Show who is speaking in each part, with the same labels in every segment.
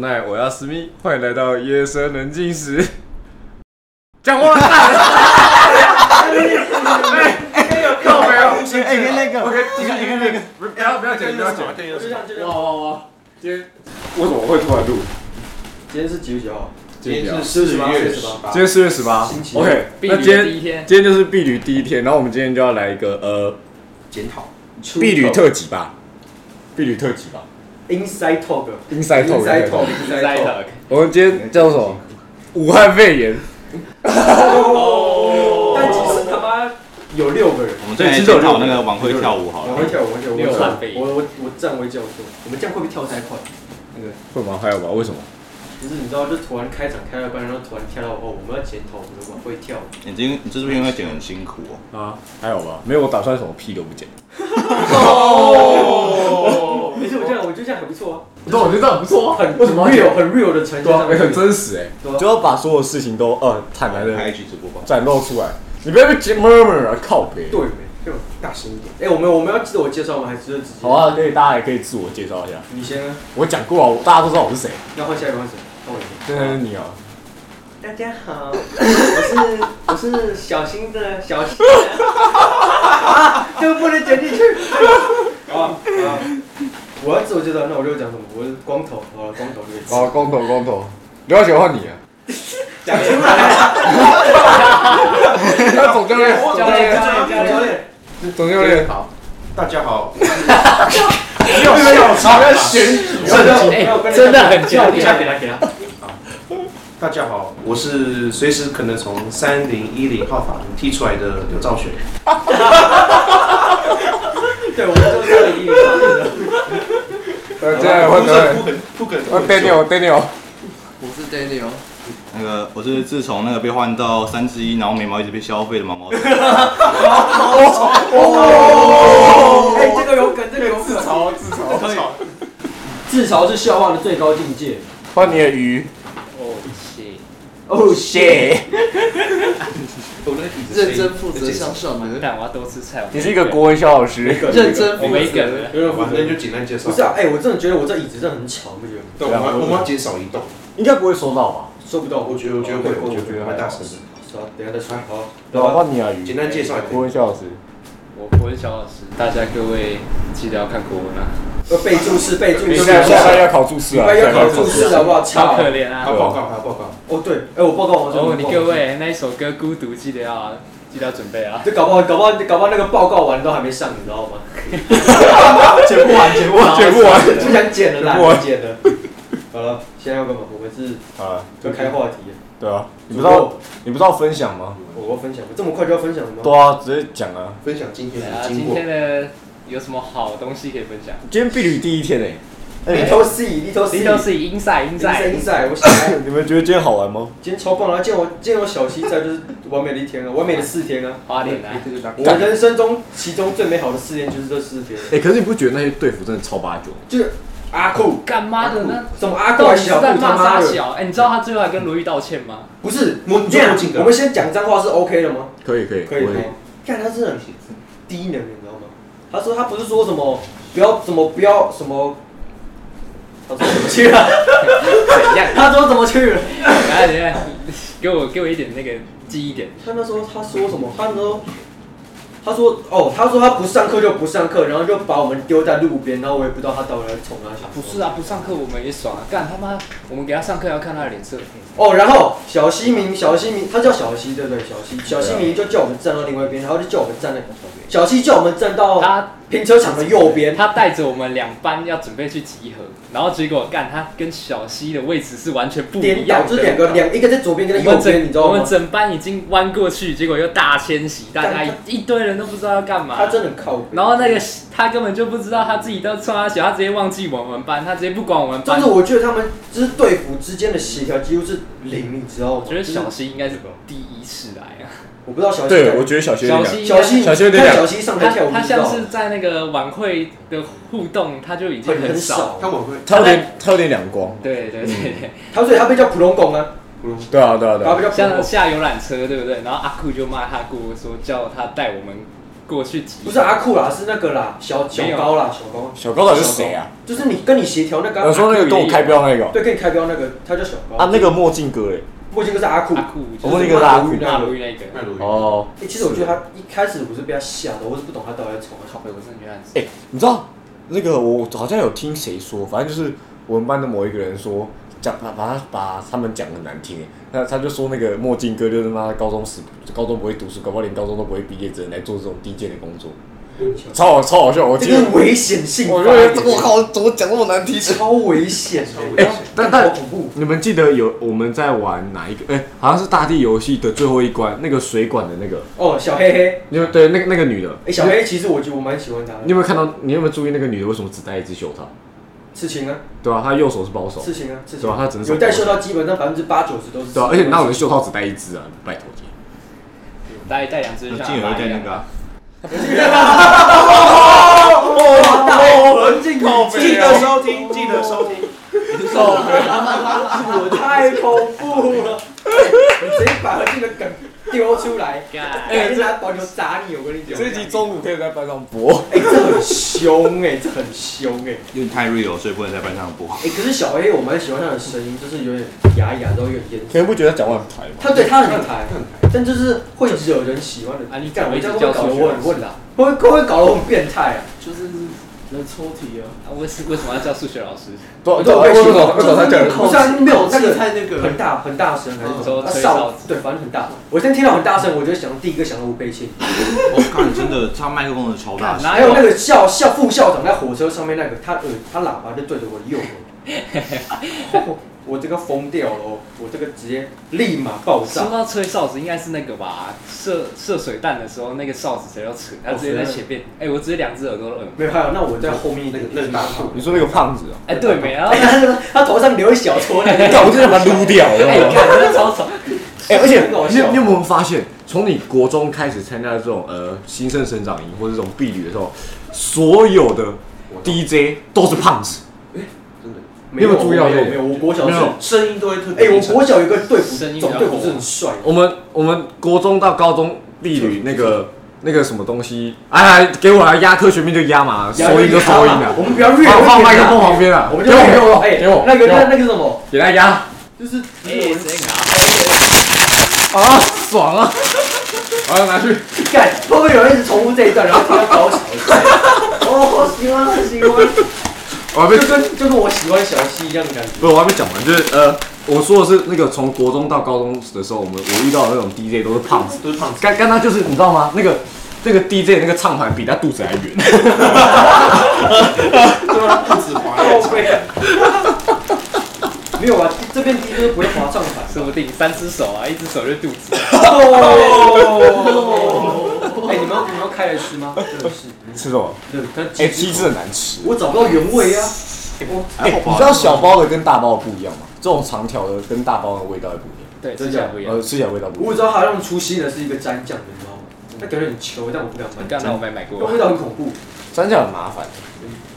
Speaker 1: 奈，我要私密，欢迎来到夜深人静 时。讲忘了干。靠没有，
Speaker 2: 哎，跟那个
Speaker 1: OK，继续，你看那个，不不要不要剪，不要剪。今天为什么会突然录？
Speaker 3: 今天是几月几号？
Speaker 1: 今天
Speaker 2: 是
Speaker 3: 四
Speaker 2: 四月
Speaker 3: 十八。
Speaker 1: 今天四月十八
Speaker 3: 星期一
Speaker 1: ，OK。
Speaker 4: 避
Speaker 1: 那
Speaker 4: 旅
Speaker 1: 今
Speaker 4: 的第一
Speaker 1: 天
Speaker 4: 天，
Speaker 1: 今天就是避旅第一天，然后我们今天就要来一个呃
Speaker 2: 检讨，
Speaker 1: 避旅特辑吧，避旅特辑吧
Speaker 3: Inside Talk。
Speaker 1: ，Inside Talk。
Speaker 3: Inside Talk。
Speaker 4: 在 talk，
Speaker 1: 我们今天叫什么？武汉肺炎。
Speaker 3: 但其实他妈有六个人。
Speaker 5: 我们再来检讨那个晚会跳舞好
Speaker 3: 我
Speaker 5: 了。
Speaker 3: 会跳舞，我会跳舞，
Speaker 4: 六
Speaker 3: 我
Speaker 4: 万倍
Speaker 3: 我我我站位教授，我们这样会不会跳太快？
Speaker 1: 会吗？还有吧？为什么？
Speaker 3: 就是你知道，就突然开场开到一半，然后突然跳到哦，我们要检讨我们的晚会跳舞。
Speaker 5: 你今你这部片会剪得很辛苦哦。
Speaker 1: 啊，还有吧？没有，我打算什么屁都不剪。
Speaker 3: 哦没哦事，我这样我觉得这样很不错啊，
Speaker 1: 那我觉得这样不错啊
Speaker 3: 很 real 很 real 的呈现
Speaker 1: 对啊，
Speaker 3: 上
Speaker 1: 哎很
Speaker 3: 去。
Speaker 1: 真实哎、
Speaker 3: 对啊
Speaker 1: 就要把所有事情都呃坦然
Speaker 5: 开
Speaker 1: 的
Speaker 5: 一期直播吧。
Speaker 1: 展露出来，你不要被 murmur 啊，靠北。
Speaker 3: 对，没就大声一点。哎，我们我们要记得我介绍吗？还是就直接？
Speaker 1: 好，啊，可以，大家也可以自我介绍一下。
Speaker 3: 你先啊，
Speaker 1: 我讲过啊，我大家都知道我是谁。
Speaker 3: 要换下一个换谁？换我先。
Speaker 1: 真的是你啊，
Speaker 3: 大家好，我是我是小新的小新，啊，这个不能剪进去。好啊， 好啊我要自我介绍，那我就讲什么？我是光头，好了，光头这个词
Speaker 1: 哦，光头光头，刘小姐换你啊。
Speaker 3: 讲出来。
Speaker 1: 那哎总教练，
Speaker 3: 教练，教练，
Speaker 1: 总教练，好，
Speaker 2: 大家 好，
Speaker 1: 要笑场，要选
Speaker 4: 哎，真的很焦
Speaker 3: 给他，给
Speaker 4: 点。
Speaker 3: 他，给他。
Speaker 2: 大家好，我是随时可能从三零一零号法庭踢出来的刘兆玄。
Speaker 3: 对，我就是这个意思。
Speaker 1: 呃，接下来换哎德
Speaker 2: 不
Speaker 1: 伟，
Speaker 2: 肯不肯
Speaker 1: 换 Daniel Daniel，
Speaker 5: 那个我是自从那个被换到三之一，然后眉毛一直被消费的毛毛。我
Speaker 3: 哎，这个有梗，这个有梗。自嘲，自嘲，可以。自嘲是笑话的最高境界。
Speaker 1: 换你的鱼。
Speaker 4: 哦，谢。
Speaker 3: Oh shit！
Speaker 6: 认真负责向上的人，
Speaker 4: 但我要多吃菜。我
Speaker 1: 你是一个国文小老师，
Speaker 6: 认真
Speaker 4: 我
Speaker 6: 负
Speaker 4: 没
Speaker 6: 责
Speaker 4: 梗了。
Speaker 3: 有人
Speaker 2: 反正就简单介绍。
Speaker 3: 不是啊，哎，我真的觉得我这椅子真的很吵，你不觉得吗？
Speaker 2: 对，我们我们要减少移动。
Speaker 1: 应该不会收到吧？
Speaker 3: 收不到，
Speaker 2: 我觉得我觉得会，我觉得蛮大声的。
Speaker 3: 好，等一下再说。好，
Speaker 1: 对吧？换你啊，鱼。
Speaker 2: 简单介绍也可
Speaker 1: 国
Speaker 2: 以。
Speaker 1: 文小老师，
Speaker 4: 我国文小老师，大家各位记得要看国文啊，
Speaker 3: 要备注释，备注
Speaker 1: 你
Speaker 3: 释，
Speaker 1: 现在
Speaker 3: 下
Speaker 1: 下班
Speaker 3: 班
Speaker 1: 要考注释啊，
Speaker 3: 要考注释好不好？
Speaker 4: 超
Speaker 3: 操！
Speaker 4: 可怜啊
Speaker 2: 他。报告，他报告。
Speaker 3: 哦对，哎，我报告完之后
Speaker 4: 哦，，你各，位那一首歌《孤独》，记得要啊记得要准备啊。
Speaker 3: 这搞不好，搞不好，搞不好那个报告完都还没上，你知道吗？
Speaker 1: 剪不完，剪不完，剪不完。
Speaker 3: 不想剪了啦，
Speaker 1: 我
Speaker 3: 不剪了。好了，现在要干嘛？我们是
Speaker 1: 好了，
Speaker 3: 要开话题，
Speaker 1: 啊对啊，你不知道你不知道分享吗？
Speaker 3: 我要分享，这么快就要分享了吗？
Speaker 1: 对啊，直接讲啊。
Speaker 2: 分享今天
Speaker 4: 对
Speaker 2: 的
Speaker 4: 啊，
Speaker 2: 经
Speaker 4: 今
Speaker 2: 过。
Speaker 4: 天的有什么好东西可以分享？
Speaker 1: 今天避旅第一天欸诶、哎
Speaker 3: Little C，Little
Speaker 4: 这都是 inside inside。
Speaker 3: inside，我想来，
Speaker 1: 你们觉得今天好玩吗？
Speaker 3: 今天超棒了，见我见我小西在就是完美的一天啊，完美的四天啊。
Speaker 4: 花莲啊，
Speaker 3: 我人生中其中最美好的四天就是这四天，
Speaker 1: 哎、可是你不觉得那些队服真的超八九？
Speaker 3: 就是阿酷，
Speaker 4: 干妈的呢？
Speaker 3: 什么阿酷
Speaker 4: 到
Speaker 3: 还
Speaker 4: 底
Speaker 3: 是
Speaker 4: 是
Speaker 3: 小
Speaker 4: 在
Speaker 3: 酷他
Speaker 4: 骂
Speaker 3: 妈
Speaker 4: 沙
Speaker 3: 的，
Speaker 4: 小？哎，你知道他最后还跟罗玉道歉吗？
Speaker 3: 不是
Speaker 2: 我
Speaker 3: 这样
Speaker 2: 我进，
Speaker 3: 我们先讲脏话是 OK 的吗？
Speaker 1: 可以可以
Speaker 3: 可以吗？看他是很低能，你知道吗？他说他不是说什么不要什么不要什么，他说什么去了？
Speaker 4: 怎样？
Speaker 3: 他说怎么去了？
Speaker 4: 来等一下，给我给我一点那个记忆点。
Speaker 3: 他那时候他说什么？他那时候他说哦，他说他不上课就不上课，然后就把我们丢在路边，然后我也不知道他到底在冲哪去。
Speaker 4: 不是啊，不上课我们也爽啊！干他妈，我们给他上课要看他的脸色。
Speaker 3: 哦，然后小西明，小西明，他叫小西，对不对？小西，小西明就叫我们站到另外一边，然后就叫我们站在，小西叫我们站到
Speaker 4: 他
Speaker 3: 停车场的右边。
Speaker 4: 他带着我们两班要准备去集合，然后结果干他跟小西的位置是完全不
Speaker 3: 颠
Speaker 4: 一
Speaker 3: 倒，
Speaker 4: 样
Speaker 3: 就
Speaker 4: 的。
Speaker 3: 是两个两一个在左边，一个在
Speaker 4: 我
Speaker 3: 右
Speaker 4: 们整
Speaker 3: 边，你知道
Speaker 4: 我们
Speaker 3: 吗？
Speaker 4: 整班已经弯过去，结果又大迁徙，大家
Speaker 3: 干
Speaker 4: 一一堆人都不知道要干嘛
Speaker 3: 他。真的很靠北。
Speaker 4: 然后那个他根本就不知道他自己都冲他小，他直接忘记我们班，他直接不管我们
Speaker 3: 就
Speaker 4: 班
Speaker 3: 是。我觉得他们就是队服之间的协调几乎是零，你知道吗？
Speaker 4: 我觉得
Speaker 3: 就
Speaker 4: 小
Speaker 3: 是
Speaker 4: 西应该是第一次来啊，
Speaker 3: 我不知道小西在，
Speaker 1: 对，我觉得小学
Speaker 4: 小
Speaker 1: 有点
Speaker 4: 西应
Speaker 3: 小
Speaker 4: 该
Speaker 3: 西
Speaker 1: 小西有点
Speaker 3: 看
Speaker 1: 两
Speaker 3: 小西上台
Speaker 4: 他
Speaker 3: 跳舞，
Speaker 4: 他
Speaker 3: 你知道
Speaker 4: 像
Speaker 3: 吗
Speaker 4: 是在那个晚会的互动，他就已经
Speaker 3: 很
Speaker 4: 很
Speaker 3: 很
Speaker 4: 少。
Speaker 3: 少
Speaker 2: 他，晚会，
Speaker 1: 他有点他有点两光。
Speaker 4: 对对对
Speaker 3: 他所以他被叫普龙拱啊，
Speaker 1: 对啊对啊对
Speaker 3: 他
Speaker 1: 啊
Speaker 3: 被，叫
Speaker 4: 对，
Speaker 3: 普龙
Speaker 4: 像
Speaker 3: 拱。
Speaker 4: 下游览车对不对？然后阿酷就骂他姑说叫他带我们过去集合。
Speaker 3: 不是啊阿酷啦，是那个啦，小小
Speaker 4: 没有
Speaker 3: 高啦，小高，
Speaker 1: 小高到底是谁啊？
Speaker 3: 就是你跟你协调那个啊、
Speaker 1: 我说那个跟我开标那个哦
Speaker 3: 对，跟你开标那个，他叫小高。
Speaker 1: 啊，那个墨镜哥哎，
Speaker 3: 墨镜哥是阿酷。
Speaker 4: 阿酷，
Speaker 1: 我
Speaker 4: 就
Speaker 1: 们
Speaker 4: 是
Speaker 1: 那个大
Speaker 3: 酷
Speaker 4: 大陆那个，
Speaker 2: 麦鲁
Speaker 1: 哦，
Speaker 3: 欸其实我觉得他一开始我是被他吓的，我是不懂他到底在冲啥。
Speaker 4: 对我真的觉得很
Speaker 1: 哎，你知道那个我好像有听谁说，反正就是我们班的某一个人说。讲把把他把他们讲的难听，那他就说那个墨镜哥就是妈的高中死高中不会读书，搞不好连高中都不会毕业，只能来做这种低贱的工作，超好超好笑。我
Speaker 3: 这
Speaker 1: 记得
Speaker 3: 个危险性，
Speaker 1: 我觉得这个我，靠，怎么讲那么难听？
Speaker 3: 超危险的，超 危
Speaker 1: 哎、但但
Speaker 3: 好恐怖。
Speaker 1: 你们记得有我们在玩哪一个？哎、好像是大地游戏的最后一关，那个水管的那个，
Speaker 3: 哦，小黑黑，
Speaker 1: 你有对那个那个女的，
Speaker 3: 哎，小黑其实我觉得我蛮喜欢他
Speaker 1: 你
Speaker 3: 的。
Speaker 1: 有没有看到？你有没有注意那个女的为什么只戴一只袖套？
Speaker 3: 刺青啊，
Speaker 1: 对啊，她右手是保守，
Speaker 3: 刺青啊，刺
Speaker 1: 对
Speaker 3: 青
Speaker 1: 啊
Speaker 3: 啊。
Speaker 1: 他只能
Speaker 3: 有戴袖套，基本上百分之八九十都是。
Speaker 1: 对啊，而且那我的袖套只戴一只啊，拜托你。
Speaker 4: 带带两只
Speaker 5: 那
Speaker 4: 像
Speaker 5: 进而
Speaker 4: 阿爸
Speaker 5: 在
Speaker 4: 一
Speaker 5: 那
Speaker 4: 样
Speaker 5: 个啊
Speaker 3: 哦我啊进
Speaker 1: 啊
Speaker 3: 口
Speaker 2: 记得收听，记得收听。
Speaker 3: 我太恐怖了！你直接把何进的梗丢出来，
Speaker 4: 干
Speaker 3: 哎，拿保球砸你！我跟你讲，
Speaker 1: 中午可以在班上播。
Speaker 3: 哎，这很凶哎，这很凶哎。
Speaker 5: 因为太 real，所以不能在班上播。
Speaker 3: 哎、可是小 A 我蛮喜欢他的声音，就是有点哑哑，然后有点烟。
Speaker 1: 可能不觉得讲话很台吗？
Speaker 3: 他对他很台，但就是会惹人喜欢的。
Speaker 4: 啊你
Speaker 3: 干，我
Speaker 4: 一
Speaker 3: 这
Speaker 4: 直
Speaker 3: 样会
Speaker 4: 叫
Speaker 3: 搞得
Speaker 4: 出去
Speaker 3: 我很混啦，会不会会不会搞得我很变态啊？
Speaker 6: 就是人抽题啊，
Speaker 4: 啊为什为什么要叫数学老师？
Speaker 1: 对啊
Speaker 3: 对
Speaker 1: 对，
Speaker 3: 我
Speaker 1: 为
Speaker 3: 也
Speaker 1: 什
Speaker 3: 喜欢
Speaker 1: 么为什么他讲
Speaker 3: 不是啊，没有那个
Speaker 6: 太那个
Speaker 3: 很大很大声，还是什么
Speaker 4: 说
Speaker 3: 啊
Speaker 4: 吹
Speaker 3: 哨
Speaker 4: 哨
Speaker 3: 子？对，反正很大。我先听到很大声，我就想第一个想到吴佩庆，
Speaker 5: 我靠，你真的，他麦克风的超大声，
Speaker 4: 哪
Speaker 3: 还有
Speaker 4: 有
Speaker 3: 那个校校副校长在火车上面那个，他耳他喇叭就对着我右耳， 我这个疯掉了哦，我这个直接立马爆炸
Speaker 4: 说。到吹哨子，应该是那个吧？射射水弹的时候，那个哨子谁要扯，他直接在前面。哎、我直接两只耳朵都摁。
Speaker 3: 没有，还有那我在后面那个那个大裤，
Speaker 1: 你说那个胖子啊？
Speaker 4: 哎、对没？然后
Speaker 3: 哎，他 他头上留一小 撮那个，
Speaker 1: 干，我真的把他撸掉
Speaker 4: 哎，
Speaker 1: 了。
Speaker 4: 看这超丑。
Speaker 1: 哎、而且
Speaker 3: 很搞笑
Speaker 1: 你有你有没有发现，从你国中开始参加这种呃新生成长营或者这种婢女的时候，所有的 DJ 都是胖子，
Speaker 3: 没有
Speaker 1: 你有注意到
Speaker 3: 没有
Speaker 1: 这
Speaker 3: 没
Speaker 1: 个
Speaker 3: 有，我国小
Speaker 1: 没
Speaker 3: 是，
Speaker 1: 有
Speaker 2: 声音都会特别
Speaker 3: 哎，我
Speaker 2: 低沉。
Speaker 3: 国小有一个队
Speaker 4: 声
Speaker 3: 服
Speaker 4: 音
Speaker 3: 总
Speaker 4: 比较
Speaker 3: 队
Speaker 1: 啊
Speaker 3: 服
Speaker 4: 厚
Speaker 3: 是很帅的，
Speaker 1: 我们我们国中到高中婢女那个那个什么东西，哎，给我来压科学面就压嘛，收音就收音啊
Speaker 3: 我，们不要 r
Speaker 1: 放放麦克风旁边啊，
Speaker 3: 我们
Speaker 1: 给
Speaker 3: 就
Speaker 1: 我给我
Speaker 3: 哎，
Speaker 1: 给我
Speaker 3: 那个那
Speaker 1: 给
Speaker 3: 那个什么，嗯
Speaker 1: 我给他压
Speaker 3: 就是
Speaker 4: 哎、谁拿？
Speaker 1: 啊，爽啊！ 好，拿去。
Speaker 3: 干，会不会有人一直重复这一段，然后听到高潮？ 哦，喜欢喜欢，
Speaker 1: 我还没
Speaker 3: 就跟就跟我喜欢小溪一样的感觉。
Speaker 1: 不是，我还没讲完，就是呃，我说的是那个从国中到高中的时候，我们我遇到的那种 DJ 都是胖 子，都是胖子。刚刚他就是你知道吗？那个那个 DJ 那个唱盘比他肚子还圆，
Speaker 5: 哎
Speaker 3: 靠背啊 没有啊，这边的确不会滑上板。
Speaker 4: 说不定三只手啊，一只手就肚子。
Speaker 3: 哦，哎，你们你们开了吃吗？真的是，
Speaker 1: 吃什么？
Speaker 3: 对，但
Speaker 1: 哎、鸡翅很难吃。
Speaker 3: 我找不到原味啊。
Speaker 1: 哎、你知道小包的跟大包的不一样吗？这种长条的跟大包的味道也不一
Speaker 4: 对，
Speaker 3: 真
Speaker 4: 真
Speaker 3: 假
Speaker 4: 的不一
Speaker 1: 样，
Speaker 4: 样
Speaker 1: 呃，。吃起来味道不一
Speaker 3: 我
Speaker 1: 样。
Speaker 3: 只知道它让出新的是一个蘸酱的，你知道吗？那感觉很球，但我不敢买。
Speaker 4: 干，那我没买过
Speaker 3: 那。味道很恐怖。
Speaker 1: 三角很麻烦，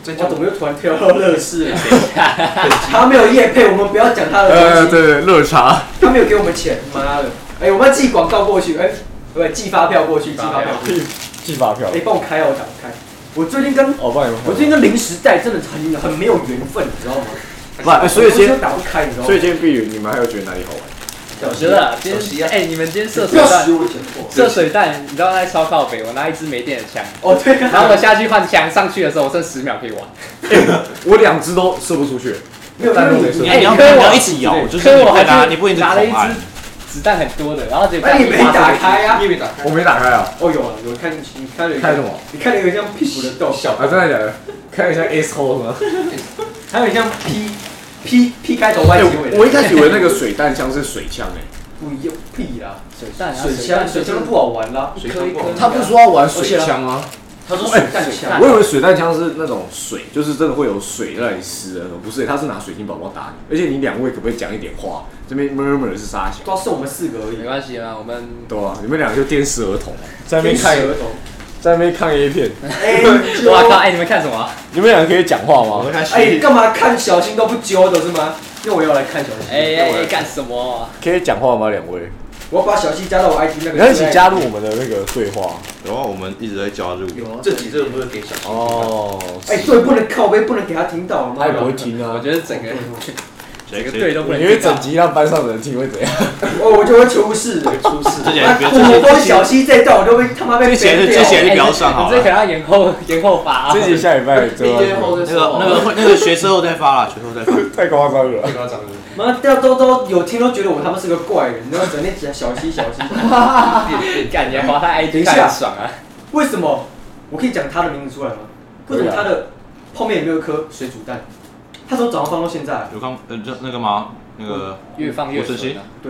Speaker 3: 我怎么又突然跳到乐事了？
Speaker 4: 等一下，
Speaker 3: 他没有业配，我们不要讲他
Speaker 5: 哎
Speaker 3: 的
Speaker 5: 呃
Speaker 3: 东西。
Speaker 1: 对，热茶。
Speaker 3: 他没有给我们钱，妈的！哎，我们要寄广告过去，哎，不寄发票过去，寄发票过去。
Speaker 1: 寄发票。
Speaker 3: 哎，帮我开啊，我打不开。我最近跟
Speaker 1: 哦，我帮你们
Speaker 3: 我最近跟零食袋真的很很没有缘分，你知道吗？
Speaker 1: 不，哎所以今
Speaker 3: 我
Speaker 1: 天，
Speaker 3: 打不开，你知道吗？
Speaker 1: 所以今天避雨，你们还有觉得哪里好玩？
Speaker 4: 我觉得啊今天哎、你们今天射
Speaker 3: 不
Speaker 4: 水
Speaker 3: 要
Speaker 4: 弹
Speaker 3: 使，我钱货。
Speaker 4: 射水弹，你知道那超靠北，我拿一支没电的枪，
Speaker 3: 哦，对啊。
Speaker 4: 然后我下去换枪，上去的时候我剩十秒可以玩。
Speaker 1: 我两只都射不出去。
Speaker 3: 没有，
Speaker 1: 但
Speaker 3: 但
Speaker 1: 是
Speaker 3: 是
Speaker 1: 我
Speaker 3: 你
Speaker 1: 也是
Speaker 5: 哎，你要你要一起摇，就是
Speaker 4: 可
Speaker 5: 你
Speaker 4: 以我
Speaker 5: 不
Speaker 4: 还
Speaker 5: 拿，
Speaker 4: 去
Speaker 5: 你不能一直
Speaker 4: 拿了一
Speaker 5: 狂
Speaker 4: 支
Speaker 5: 按。
Speaker 4: 子弹很多的，然后结果
Speaker 3: 那哎你没打开啊？
Speaker 1: 我没打开啊，
Speaker 3: 哦，有啊，有看进去，你看了一
Speaker 1: 哎开什
Speaker 3: 个，
Speaker 1: 么？
Speaker 3: 你看了一个像屁股的豆，小
Speaker 1: 啊，真的假的？看一下 S hole 吗？
Speaker 3: 还有像 P P P 开头 Y 结尾的，
Speaker 1: 哎我一开始以为那个水弹枪是水枪哎，
Speaker 3: 不一样，屁啦！
Speaker 4: 水弹啊，
Speaker 3: 水枪哎水枪不好玩啦，
Speaker 4: 一颗一颗。
Speaker 1: 他不是说要玩水枪吗？
Speaker 3: 他说水弹枪，
Speaker 1: 哎我以哦为水弹枪啊是那种水，就是真的会有水让你湿的那种，不是，他是拿水晶宝宝打你，而且你两位可不可以讲一点话？这边 murmur 是沙小，
Speaker 3: 都剩我们四个而
Speaker 4: 没
Speaker 3: 已。
Speaker 4: 关系啊，我们
Speaker 1: 对啊，你们两个就电视儿童，在那边看，
Speaker 3: 天使儿 童，
Speaker 1: 在那边看 A 片，
Speaker 3: 哎
Speaker 4: 哇靠！
Speaker 3: 啾，
Speaker 4: 哎、你们看什么啊？
Speaker 1: 你们两个可以讲话
Speaker 5: 我
Speaker 1: 吗？
Speaker 5: 在看
Speaker 3: 哎，
Speaker 5: 戏，
Speaker 3: 干嘛看小新都不揪的是吗？那我要来看小新，
Speaker 4: 哎哎哎，干、什么啊、
Speaker 1: 可以讲话吗？两位？
Speaker 3: 我要把小溪加到我 IG 那个。
Speaker 1: 你要一起加入我们的那个对话
Speaker 5: 有啊，我们一直在加入。
Speaker 6: 有啊，
Speaker 2: 这几阵不是给小新
Speaker 1: 哦。
Speaker 3: 哎，对，不能靠背，不能给他听到，妈
Speaker 1: 他
Speaker 6: 哎
Speaker 1: 也不
Speaker 3: 的！
Speaker 1: 会听啊
Speaker 4: 我，觉得整个
Speaker 5: 谁
Speaker 4: 整
Speaker 5: 谁
Speaker 4: 个队都不能
Speaker 1: 因为
Speaker 4: 听
Speaker 1: 整
Speaker 4: 到。
Speaker 1: 集让班上的人听会怎样？
Speaker 3: 哦，我就会出事。
Speaker 2: 出事，
Speaker 5: 之前
Speaker 3: 啊
Speaker 5: 别
Speaker 3: 我
Speaker 5: 之前
Speaker 3: 光小溪这一段，我都会他妈被
Speaker 5: 之前是
Speaker 3: 扁掉
Speaker 5: 之前不要上好了
Speaker 4: 你这可能要延后延后发啊。
Speaker 1: 这集下礼拜就
Speaker 6: 毕业后再
Speaker 5: 那个那个会那个学车后再发了，学车后再发。
Speaker 1: 太夸张了
Speaker 2: 太。夸张了。
Speaker 3: 妈，大家都都有听都觉得我他妈是个怪人，然后整天讲小溪小溪。
Speaker 4: 感觉滑他
Speaker 3: 等
Speaker 4: IG
Speaker 3: 一下
Speaker 4: 看得爽啊。
Speaker 3: 为什么？我可以讲他的名字出来吗？为什么他的泡面里面有一颗水煮蛋？他从早上放到现在，
Speaker 5: 有看呃这那个吗？那个
Speaker 4: 越放越
Speaker 5: 我是
Speaker 4: 水啊。
Speaker 3: 对，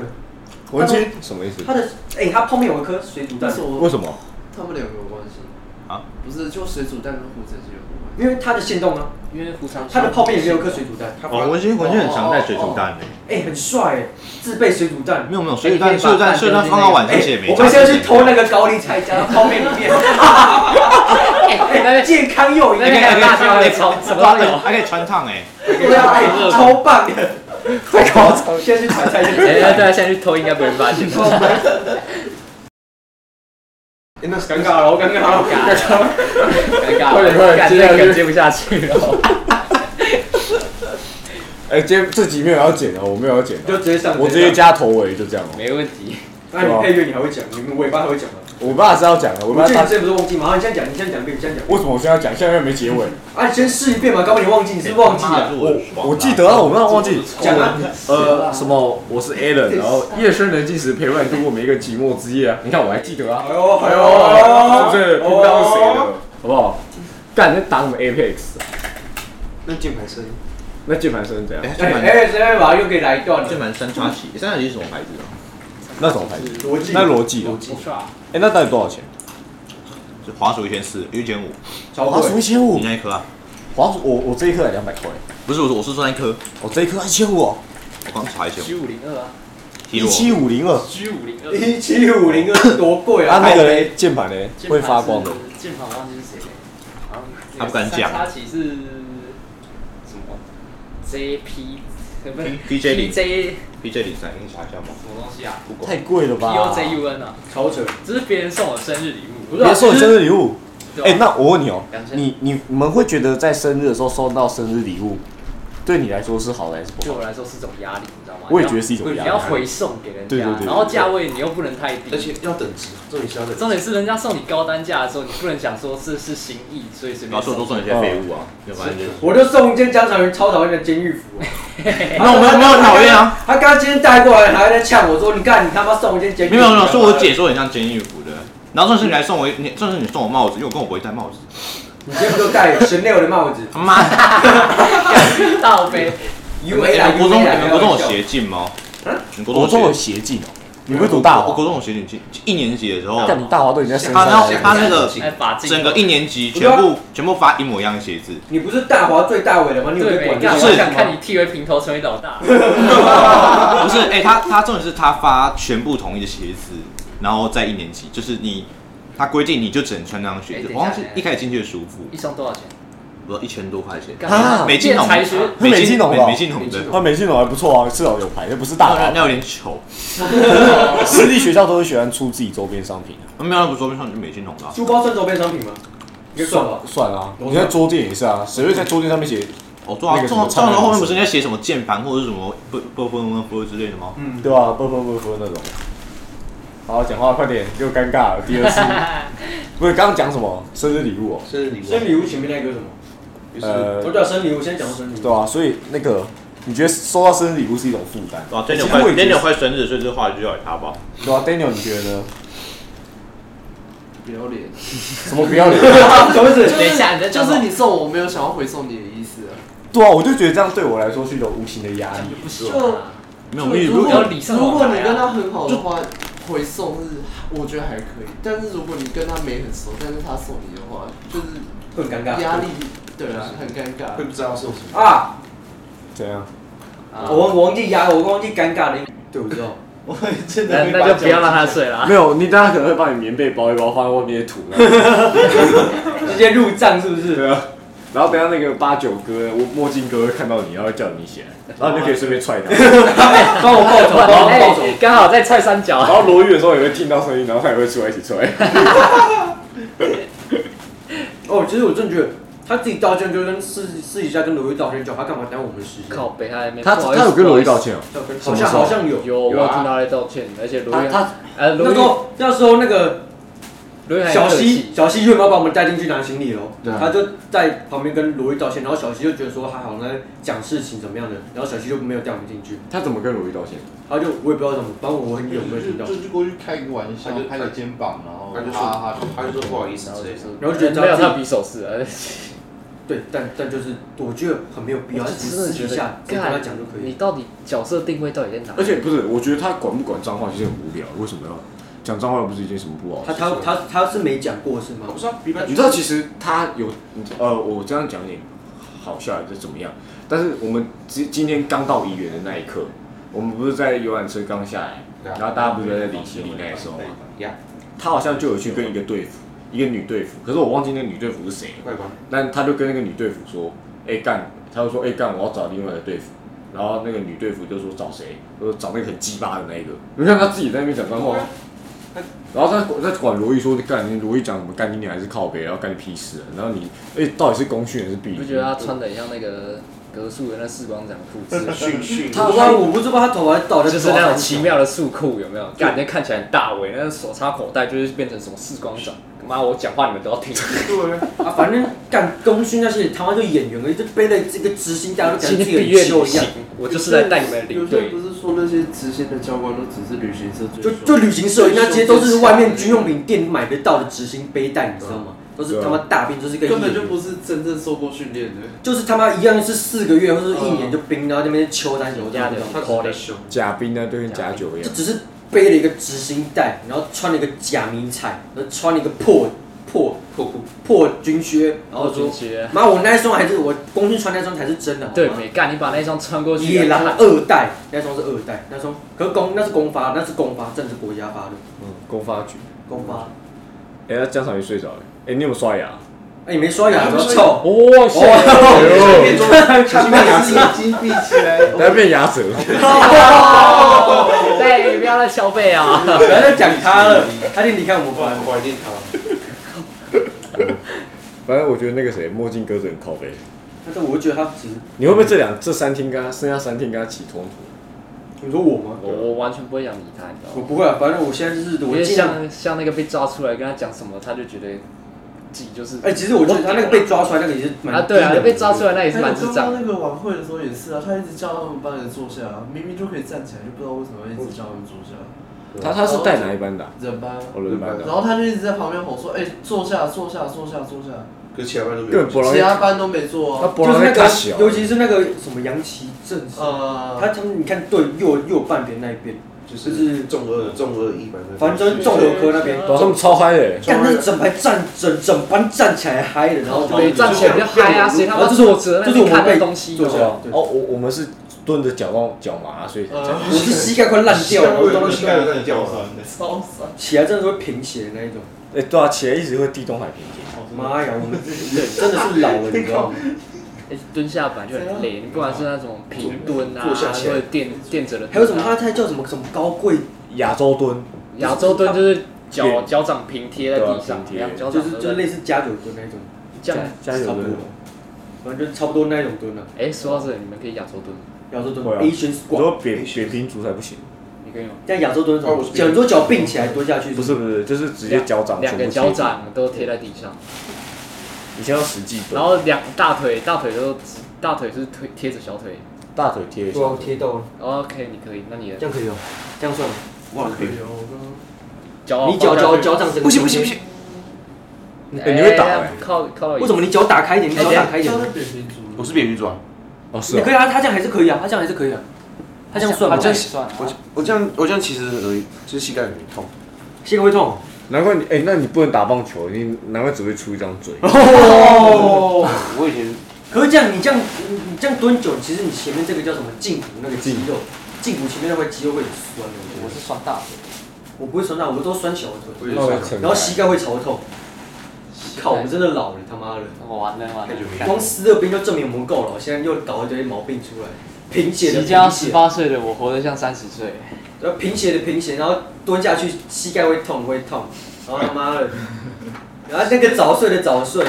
Speaker 1: 文青 什么意思？
Speaker 3: 他的哎、他泡面有一颗水煮蛋
Speaker 6: 但是，
Speaker 1: 为
Speaker 6: 我
Speaker 1: 什么？
Speaker 6: 他们两个有关系
Speaker 5: 啊？
Speaker 6: 不是，就水煮蛋跟胡子鸡有关系。
Speaker 3: 因为他的现动啊，
Speaker 4: 因为胡长
Speaker 3: 他的泡面里面有一颗水煮蛋，
Speaker 5: 哦，文心文心很常带水煮蛋的，
Speaker 3: 哎、很帅哎、自备水煮蛋哎
Speaker 5: 没。有没有水煮蛋水煮蛋水煮蛋放到晚上写没
Speaker 3: 我
Speaker 5: 加
Speaker 3: 们
Speaker 5: 之
Speaker 3: 现
Speaker 5: 前。
Speaker 3: 在去偷那个高丽 菜加到泡面里面，
Speaker 4: 哎那边
Speaker 3: 健康又营
Speaker 4: 那边
Speaker 3: 养。
Speaker 4: 还有辣椒哎，超什么
Speaker 5: 还
Speaker 4: 都
Speaker 5: 可以
Speaker 4: 有。
Speaker 5: 还可以穿烫哎，
Speaker 3: 对啊，哎、超棒的，太夸张！现在去买菜去。
Speaker 4: 哎，对啊，现在去偷应该不会发现。
Speaker 2: 哎，那是
Speaker 3: 尴尬了，我尴尬了，尴尬了。
Speaker 4: 尴尬，
Speaker 1: 快点快点
Speaker 4: 感
Speaker 1: 接下
Speaker 4: 觉
Speaker 1: 去
Speaker 4: 梗接不下去了。
Speaker 1: 哎，今天这集没有要剪啊，我没有要剪啊，
Speaker 3: 就直接上，
Speaker 1: 我直接。加头尾就这样哦。
Speaker 4: 没问题，
Speaker 3: 那你配乐你还会讲，你们尾巴还会讲吗？
Speaker 1: 我爸是要讲的，我
Speaker 3: 我
Speaker 1: 爸
Speaker 3: 们之
Speaker 1: 他
Speaker 3: 前不是忘记吗？啊你先讲，你先讲一遍，你先讲。
Speaker 1: 为什么我现在要讲？现在又没结尾。
Speaker 3: 啊，你先试一遍嘛，搞不好你忘记，你是忘记了。
Speaker 5: 我
Speaker 1: 我记得啊，哎我们忘记
Speaker 3: 讲啊，
Speaker 1: 呃什么，我是 Alan，然后夜深人静时陪伴度过每一个寂寞之夜啊。你看我还记得啊，
Speaker 3: 哎呦哎
Speaker 1: 哦，
Speaker 3: 呦，
Speaker 1: 是不是？不知道是谁的，好不好？干，那打我们 Apex，啊
Speaker 2: 那键盘声，
Speaker 1: 那键盘声怎样？
Speaker 5: 哎，这
Speaker 3: 哎
Speaker 5: 蛮
Speaker 3: 哎，这把又可以来一段 了
Speaker 5: 这。蛮三叉戟，三叉戟是什么牌子啊？
Speaker 1: 那什么牌子？
Speaker 3: 逻辑
Speaker 1: 那逻辑啊。
Speaker 4: 不错啊。
Speaker 1: 哎，那到底多少钱？
Speaker 5: 就滑鼠一千四，一千五，
Speaker 3: 超
Speaker 1: 华
Speaker 3: 贵，
Speaker 1: 鼠一千五
Speaker 5: 你，那一颗啊？
Speaker 1: 华鼠我我这一颗才两百块，
Speaker 5: 不是我说我是说那一颗，
Speaker 1: 我这一颗一千五哦，
Speaker 5: 我刚查一下，
Speaker 4: 七五零二啊，
Speaker 5: 提
Speaker 1: 一
Speaker 5: 我
Speaker 1: 七五零二。
Speaker 4: 七五零二。
Speaker 3: 一七五零二多 贵
Speaker 1: 啊，
Speaker 3: 啊！
Speaker 1: 那个嘞键盘嘞会发光的。。
Speaker 4: 键盘忘记是谁了，好像
Speaker 5: 他不敢
Speaker 4: 三
Speaker 5: 讲
Speaker 4: 叉戟是什么？JP 不是
Speaker 5: PJ 零
Speaker 4: PJ 什
Speaker 5: PJ 零三，你查一下吗？
Speaker 4: 么东西啊
Speaker 5: 不管
Speaker 1: 太贵了吧
Speaker 4: ？POJUN 啊，
Speaker 3: 超扯，
Speaker 4: 这是别人送我生日礼物，不是
Speaker 1: 别
Speaker 4: 啊
Speaker 1: 送你生日礼物。
Speaker 4: 对吧啊
Speaker 1: 哎、那我问你哦、
Speaker 4: 两千
Speaker 1: 你你你们会觉得在生日的时候收到生日礼物，对你来说是好的还是不
Speaker 4: 对
Speaker 1: 好？
Speaker 4: 我来说是种压力，你知道吗？
Speaker 1: 我也觉得是一种压力
Speaker 4: 你要回送给人家，
Speaker 1: 对对对对
Speaker 4: 然后价位你又不能太低，
Speaker 2: 而且要等值，重点是要等值。
Speaker 4: 重点是人家送你高单价的时候，你不能想说这是心意，所以随
Speaker 5: 然
Speaker 4: 便
Speaker 5: 后说多
Speaker 4: 送。
Speaker 5: 送一些废物啊，要不然就
Speaker 3: 我就送一件江常人超讨厌的监狱服啊。
Speaker 5: 那我们没有讨厌啊，
Speaker 3: 他刚刚今天带过来还在呛我说：“你看你他妈送一件监狱。”
Speaker 5: 没有没有，是我。姐说很像监狱服的。然后这次你还送我一，你这次你送我帽子，因为我跟我不会戴帽子。
Speaker 3: 你今天就戴 Chanel 的帽子
Speaker 5: 他妈的，
Speaker 4: 倒 杯，
Speaker 5: 你
Speaker 3: ，U
Speaker 5: 们
Speaker 3: A
Speaker 5: 你
Speaker 3: 来
Speaker 5: 们哎国
Speaker 3: U
Speaker 5: 中
Speaker 3: A
Speaker 5: 你
Speaker 3: 来，
Speaker 5: 们国中有斜进吗？你国
Speaker 1: 我
Speaker 5: 中
Speaker 1: 中
Speaker 5: 有
Speaker 1: 有
Speaker 5: 斜
Speaker 1: 斜进哦、你们会读大
Speaker 5: 我
Speaker 1: 华？
Speaker 5: 国中有斜进，一年级的时候，
Speaker 1: 但你大华都已经在升
Speaker 5: 他
Speaker 1: 三
Speaker 5: 那
Speaker 1: 了。
Speaker 5: 他那个
Speaker 4: 哎，把这
Speaker 5: 整个一年级全部全部发一模一样的鞋子，
Speaker 3: 你不是大华最大尾的吗？你有
Speaker 4: 对
Speaker 3: 被
Speaker 4: 没
Speaker 3: 管
Speaker 4: 干，
Speaker 3: 这
Speaker 5: 是
Speaker 4: 我
Speaker 3: 些
Speaker 4: 想
Speaker 3: 吗
Speaker 4: 看你剃为平头成为老大。
Speaker 5: 不是，哎、他他重点是他发全部统一的鞋子，然后在一年级，就是你他规定你就只能穿那双
Speaker 4: 哎
Speaker 5: 鞋
Speaker 4: 等
Speaker 5: 子
Speaker 4: 一，下
Speaker 5: 我忘记
Speaker 4: 等一下
Speaker 5: 一开始进去的舒服，
Speaker 4: 一双多 少钱？
Speaker 5: 不知道一千多块钱，
Speaker 1: 啊
Speaker 5: 美金
Speaker 4: 建
Speaker 5: 桶
Speaker 4: 材
Speaker 1: 是
Speaker 4: 学，
Speaker 1: 美金桶的哦
Speaker 5: 美金桶的，
Speaker 1: 那美信龙还不错啊，至少有牌，那不是大哦
Speaker 5: 那
Speaker 1: 华。
Speaker 5: 那有点丑，
Speaker 1: 私立学校都会喜欢出自己周边商品啊。
Speaker 5: 那没有那不说边上就美金桶啦。
Speaker 3: 书包算周边商品吗？应该算吧。
Speaker 1: 算啊，你在桌垫也是啊，谁会在桌垫上面写
Speaker 5: 哦，对啊，
Speaker 1: 那
Speaker 5: 这
Speaker 1: 个什
Speaker 5: 种
Speaker 1: 么
Speaker 5: 这种
Speaker 1: 唱片
Speaker 5: 后面不
Speaker 1: 公司
Speaker 5: 是应该写什么键盘或者是什么不不不不之类的吗？
Speaker 3: 嗯，
Speaker 1: 对吧、啊不不不不那种。好，讲话快点，又尴尬了，第二 次。不是刚刚讲什么生日礼物哦、
Speaker 2: 生日礼物，
Speaker 3: 生日礼物前面那个什么？
Speaker 2: 呃，
Speaker 3: 我
Speaker 1: 呃，
Speaker 3: 讲生日礼物，先讲生日礼
Speaker 1: 对
Speaker 3: 物。
Speaker 1: 啊，所以那个你觉得收到生日礼物是一种负担？
Speaker 5: 对啊，Daniel
Speaker 1: 其实
Speaker 5: 快
Speaker 1: 我也觉得
Speaker 5: Daniel 快生日，所以这话就要给他吧。
Speaker 1: 对啊，Daniel 你觉得呢？
Speaker 6: 不要脸。
Speaker 1: 什么不 要脸？
Speaker 3: 什么意思？
Speaker 4: 等一下，你在
Speaker 6: 就
Speaker 4: 讲什
Speaker 6: 是
Speaker 4: 么
Speaker 6: 你送我，我没有想要回送你的意思啊。
Speaker 1: 对啊，我就觉得这样对我来说是一种无形的压力。
Speaker 4: 不
Speaker 6: 就
Speaker 5: 没有，我们
Speaker 6: 如
Speaker 5: 如
Speaker 4: 要
Speaker 6: 果
Speaker 4: 礼尚
Speaker 6: 如
Speaker 4: 往
Speaker 6: 果
Speaker 4: 来
Speaker 6: 你
Speaker 4: 啊
Speaker 6: 跟他很好的话，回送是我觉得还可以。但是如果你跟他没很熟，但是他送你的话，就是
Speaker 3: 很尴尬。
Speaker 6: 压力，对啊，很尴尬
Speaker 2: 会。不知道送什么。
Speaker 3: 啊！
Speaker 1: 怎样？
Speaker 4: 啊
Speaker 3: 我忘我忘记压，我忘记尴尬的。对，我知 道。
Speaker 2: 我真
Speaker 4: 那那就不要让他睡了啊。
Speaker 1: 没有，你大家可能啊会把你棉被包一包放在外面吐那。
Speaker 3: 直接入账是不是？
Speaker 1: 对啊。然后等下那个八九哥，我墨镜哥会看到你，然后会叫你 起来，然后你就可以顺便踹他。
Speaker 4: 帮我报仇，帮我报仇，刚好在踹三
Speaker 1: 然
Speaker 4: 脚。
Speaker 1: 后罗宇的时候也会听到声音，然后他也会出来一起踹。
Speaker 3: 哦，其实我真的觉得他自己道歉，就跟私私底下跟罗毅道歉就好，他干嘛耽误我们时间？
Speaker 4: 靠北，他还 没。
Speaker 1: 他
Speaker 4: 不好意
Speaker 1: 他
Speaker 4: 思
Speaker 1: 有跟罗宇道。歉哦，
Speaker 3: 道歉，
Speaker 1: 什
Speaker 3: 好
Speaker 1: 么
Speaker 3: 像
Speaker 1: 时候
Speaker 3: 好像有
Speaker 4: 有，我
Speaker 3: 有
Speaker 4: 有听
Speaker 3: 啊。
Speaker 4: 到在道歉，而且卢
Speaker 7: 他
Speaker 4: 云，
Speaker 7: 他
Speaker 4: 呃，卢
Speaker 3: 那时
Speaker 4: 云，
Speaker 3: 候那时候那个
Speaker 4: 卢云还
Speaker 3: 小
Speaker 4: 很客
Speaker 3: 西
Speaker 4: 气
Speaker 3: 小西又没有把我们带进去拿行李喽，
Speaker 6: 对啊
Speaker 3: 他就在旁边跟罗毅道歉，然后小西就觉得说还好在讲事情怎么样的，然后小西就没有带我们进去，
Speaker 1: 他怎么跟罗宇道歉？
Speaker 3: 他就我也不知道怎么，反正我很
Speaker 6: 就
Speaker 3: 久没有听
Speaker 2: 嗯
Speaker 3: 到，
Speaker 6: 就是过去开个玩笑
Speaker 2: 他就，
Speaker 6: 拍个肩膀，然后
Speaker 2: 他就说
Speaker 6: 哈哈，
Speaker 2: 他就说不好意思
Speaker 6: 然后
Speaker 2: 之类
Speaker 6: 就
Speaker 2: 的
Speaker 6: 说
Speaker 3: 然后就觉得
Speaker 4: 没
Speaker 3: 他
Speaker 4: 有
Speaker 3: 自
Speaker 4: 他
Speaker 3: 己
Speaker 4: 比手势，呃
Speaker 3: 对，但但就是我觉得很没有必要，
Speaker 4: 我
Speaker 3: 只
Speaker 4: 是真的
Speaker 3: 私底
Speaker 4: 觉得
Speaker 3: 下直接跟他讲就可
Speaker 4: 你
Speaker 3: 以。
Speaker 4: 到底角色定位到底在哪？
Speaker 1: 而且不是，我觉得他管不管脏话其实很无聊，为什么要讲脏话？又不是一件什么不好的
Speaker 3: 他
Speaker 1: 事
Speaker 3: 他
Speaker 1: 情。
Speaker 3: 他他是没讲过是吗
Speaker 2: 我？不知道，比
Speaker 1: 你知道其实他有呃，我这样讲有点好笑还是怎么样？但是我们今今天刚到医院的那一刻，我们不是在游览车刚下来，
Speaker 2: 对啊啊
Speaker 1: 然后大家不是在理行李那时候吗？
Speaker 2: 呀，
Speaker 1: 他好像就有去跟一个队服，一个女队服，可是我忘记那个女队服是谁了。
Speaker 2: 快吧，
Speaker 1: 但他就跟那个女队服说：“哎、干！”他就说：“哎、干！我要找另外一个队服。”然后那个女队服就说：“找谁？”我说：“找那个很鸡巴的那一个。”你看他自己在那边讲脏话。然后他在管罗毅说：“干你罗毅讲什么干你娘还是靠北，然后干你屁事啊！”然后你哎、到底是功勋还是弊
Speaker 4: 你不
Speaker 1: 君？
Speaker 4: 觉得他穿的很像那个格数的那士官长裤子，
Speaker 2: 训训，
Speaker 3: 我不知道，我不知道他头发倒在
Speaker 4: 就是那种奇妙的束裤，有没有？感觉看起来很大围，那手插口袋就是变成什么士官长。妈，我讲话你们都要听。
Speaker 3: 啊，反正干功勋那些他妈就演员而已，就背了这个执行家，就感
Speaker 4: 今
Speaker 3: 觉
Speaker 4: 天
Speaker 3: 自己
Speaker 4: 毕
Speaker 3: 很
Speaker 4: 业
Speaker 3: 秀
Speaker 4: 旅
Speaker 3: 一样
Speaker 4: 行。，我就是来带你们领
Speaker 6: 有些
Speaker 4: 队
Speaker 6: 不。是说那些执行的教官都只是旅行社最
Speaker 3: 就
Speaker 6: 凶
Speaker 3: 就旅行社，那些都是外面军用品店买得到的执行背带，你知道吗？都是他妈大兵，就是一个
Speaker 6: 根本
Speaker 3: 演
Speaker 6: 就
Speaker 3: 员
Speaker 6: 不是真正受过训练的。
Speaker 3: 就是他妈一样是四个月或者是一年就兵，然后那边秋单球这样子。
Speaker 4: 口袋
Speaker 2: 凶，
Speaker 1: 假兵呢，就跟假酒一
Speaker 3: 就
Speaker 1: 样。
Speaker 3: 只是背了一个执行带，然后穿了一个假迷彩，然后穿了一个破破
Speaker 2: 破裤，
Speaker 3: 破军靴，然
Speaker 4: 我
Speaker 3: 后
Speaker 4: 就
Speaker 3: 说
Speaker 4: 觉得，
Speaker 3: 妈我那一双还是我公司穿那双才是真的，好吗
Speaker 4: 对没干，你把那双穿过去，
Speaker 3: 野狼的二代，那双是二代，那双可是公那是公发，那是公发，正是国家发的
Speaker 1: 嗯，公发局。
Speaker 3: 公发。
Speaker 1: 哎、他江少爷睡着了。哎、你有没有刷牙？
Speaker 3: 哎，你没刷牙，不要臭。
Speaker 1: 哦，谢
Speaker 2: 变
Speaker 1: 谢。
Speaker 2: 中，
Speaker 6: 他把眼睛闭起来，
Speaker 1: 等下变牙舌。
Speaker 3: 哦
Speaker 4: 对，不要再消费 啊！
Speaker 3: 不要再讲他 了，他就离开我们班。
Speaker 2: 怀念他，
Speaker 1: 反正我觉得那个谁，墨镜哥真的很靠背。
Speaker 3: 但是我就觉得他其实，
Speaker 1: 你会不会这两这三天跟他剩下三天跟他起冲突？
Speaker 3: 你说我吗？
Speaker 4: 我我完全不会想理他，你知道
Speaker 3: 我
Speaker 4: 吗？
Speaker 3: 不会啊，反正我现在就是
Speaker 4: 我
Speaker 3: 我
Speaker 4: 觉得
Speaker 3: 尽量。
Speaker 4: 像像那个被抓出来跟他讲什么，他就觉得自己就是
Speaker 3: 哎，其实我觉得他那个被抓出来那个也是蛮
Speaker 4: 啊，对啊，被抓出
Speaker 3: 来。
Speaker 4: 来那也是蛮智
Speaker 6: 刚
Speaker 4: 障
Speaker 6: 刚。那个晚会的时候也是啊，他一直叫他们班人坐下，啊明明就可以站起来，就不知道为什么一直叫他们坐下。
Speaker 1: 他他是带哪一班的啊、
Speaker 6: 人班啊，
Speaker 1: 哦人班的
Speaker 6: 然后他就一直在旁边吼说：“哎，坐下，坐下，坐下，坐下。
Speaker 2: 可是其他班都没
Speaker 1: 根本
Speaker 2: 有，
Speaker 1: 不容易
Speaker 6: 其。他班都没坐
Speaker 1: 他
Speaker 6: 啊。
Speaker 1: 不
Speaker 3: 就是
Speaker 1: 容
Speaker 3: 那
Speaker 1: 易
Speaker 3: 个
Speaker 1: 他
Speaker 3: 啊
Speaker 1: 小，，
Speaker 3: 尤其是那个什么杨奇正是，他
Speaker 6: 呃，
Speaker 3: 他们你看对右右半边那一边，
Speaker 2: 就是中二中二一班的，
Speaker 3: 反正就是重友科那边，
Speaker 1: 哇他们超嗨的。
Speaker 3: 但那整排站整整班站起来嗨的，然后就哦
Speaker 4: 对，站起来比较嗨啊，谁他妈坐着那边看那东西
Speaker 3: 对
Speaker 4: 有没
Speaker 3: 啊呃
Speaker 4: 有？
Speaker 1: 哦，我我们是蹲着脚往脚麻，所以才这样。
Speaker 3: 我是膝盖快烂掉了，然后
Speaker 2: 我
Speaker 3: 到
Speaker 2: 都
Speaker 3: 那
Speaker 2: 膝盖
Speaker 3: 个
Speaker 2: 在掉了，
Speaker 6: 超酸。
Speaker 3: 起来真的是会贫血的那一种。
Speaker 1: 哎、对啊，起来一直会地中海贫血。
Speaker 3: 妈呀，我们真的是老了，你知道吗？
Speaker 4: 哎蹲下本来就很
Speaker 3: 啊
Speaker 4: 累，你不管是那种平蹲啊，
Speaker 2: 坐下
Speaker 4: 或
Speaker 2: 起来
Speaker 4: 者垫垫着的，
Speaker 3: 还有什么？他他叫什么什么高贵，
Speaker 1: 亚洲蹲，
Speaker 4: 亚洲蹲就是脚脚掌平贴在地上，
Speaker 1: 对啊平贴
Speaker 4: 脚
Speaker 3: 就
Speaker 4: 掌
Speaker 3: 是就是类似加九蹲那一种，
Speaker 4: 这样。
Speaker 1: 加油
Speaker 3: 差不多
Speaker 1: 蹲。，
Speaker 3: 反正就差不多那一种蹲了。
Speaker 4: 哎，说到这，你们可以亚洲蹲，
Speaker 3: 亚洲蹲
Speaker 1: 会啊
Speaker 3: ，Asian
Speaker 1: 我
Speaker 3: squat，
Speaker 1: 说扁扁平足才不行。
Speaker 4: 你可以吗？
Speaker 3: 但亚洲蹲是什
Speaker 2: 哦
Speaker 3: 么
Speaker 2: 我是？
Speaker 3: 两只脚并起来蹲下去，
Speaker 1: 不是不是，就是直接
Speaker 3: 啊
Speaker 1: 脚掌
Speaker 4: 两个
Speaker 1: 全部
Speaker 4: 脚
Speaker 1: 贴地。
Speaker 4: 掌都贴在地上，
Speaker 1: 以前要实际蹲，
Speaker 4: 然后两大腿大腿都大腿是推贴着小腿。
Speaker 1: 大腿贴一下
Speaker 3: 对。啊，贴到了，
Speaker 4: OK，你可以，那你的
Speaker 3: 这样可以哦，这样算了。
Speaker 2: 哇，可以，
Speaker 6: 啊
Speaker 4: 脚
Speaker 3: 你脚脚脚掌整个
Speaker 1: 不行不行不行，
Speaker 4: 你
Speaker 1: 哎你会倒哎
Speaker 4: 靠靠到椅子
Speaker 3: 为什么你脚打哎开一点？你脚打开一点
Speaker 6: 教。的扁平足，
Speaker 2: 我是扁平足啊，
Speaker 1: 哦是
Speaker 3: 你
Speaker 1: 啊
Speaker 3: 可。以啊，他这样还是可以啊，他这样还是可以啊，他这样算吗？
Speaker 4: 这样算啊，
Speaker 2: 我我这样我这样其实而已，就是膝盖有点痛，
Speaker 3: 膝盖会痛。
Speaker 1: 难怪你哎、那你不能打棒球，你难怪只会出一张嘴。
Speaker 3: 哦，
Speaker 2: 我以前
Speaker 3: 可是这样你这样你你这样蹲久，其实你前面这个叫什么胫骨那个肌肉，胫骨前面那块肌肉会很酸的。我是酸大腿，我不会酸大，我都酸小腿，
Speaker 2: 我也是
Speaker 3: 然后膝盖会潮痛，靠，我们真的老了，他妈的！
Speaker 4: 我完了完了，
Speaker 3: 光撕了冰就证明我们够了，现在又搞一堆毛病出来，贫血的
Speaker 4: 即将
Speaker 3: 贫
Speaker 4: 十
Speaker 3: 血，
Speaker 4: 八岁的我活得像三十岁，
Speaker 3: 然后贫血的贫血，然后蹲下去膝盖会痛会痛，然后他妈的，然后那个早睡的早睡，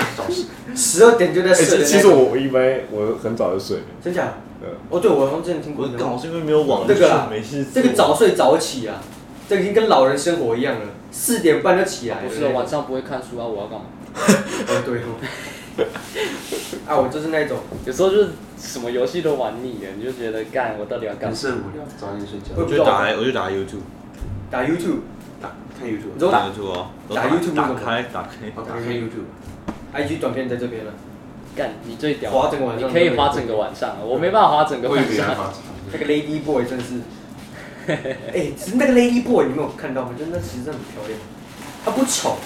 Speaker 3: 十二点就在
Speaker 1: 哎、
Speaker 3: 睡
Speaker 1: 其
Speaker 3: 的那
Speaker 1: 其实
Speaker 3: 种，
Speaker 1: 我我一般我嗯很早就睡了，
Speaker 3: 真假的
Speaker 1: 对？
Speaker 3: 哦，对，我好像真的听过
Speaker 5: 我
Speaker 3: 这个。
Speaker 5: 刚好是因为没有网
Speaker 3: 这个啦
Speaker 5: 络，没事
Speaker 3: 这
Speaker 5: 做。
Speaker 3: 个早睡早起啊，这已经跟老人生活一样了，四点半就起来了。
Speaker 4: 不是哦晚上不会看书啊，我要干嘛？
Speaker 3: 哦，对哦。啊，我就是那种，
Speaker 4: 有时候就是什么游戏都玩腻了，你就觉得干我到底要干
Speaker 2: 人
Speaker 3: 嗯
Speaker 4: 嘛？
Speaker 2: 是无聊，早点睡觉。
Speaker 5: 我
Speaker 3: 我不知
Speaker 5: 就
Speaker 3: 道
Speaker 5: 打来，我就打 YouTube，
Speaker 3: 打 YouTube，
Speaker 2: 打看 YouTube，
Speaker 3: 你知道
Speaker 5: 打
Speaker 3: 打
Speaker 5: YouTube 哦，我
Speaker 3: 打 YouTube
Speaker 5: 打
Speaker 3: 是什么
Speaker 5: 开打开。
Speaker 2: 打开 YouTube。
Speaker 3: IG 短片在这边了，
Speaker 4: 干你最屌，
Speaker 3: 滑整个晚
Speaker 4: 你
Speaker 3: 上
Speaker 4: 可以滑整个晚上，我没办法滑整个
Speaker 2: 我
Speaker 4: 晚
Speaker 2: 也没
Speaker 3: 啊
Speaker 2: 办
Speaker 4: 上。
Speaker 2: 法。
Speaker 3: 那个 Lady Boy 真是，哎、其实那个 Lady Boy 你没有看到吗？就那其实真的很漂亮，她不丑，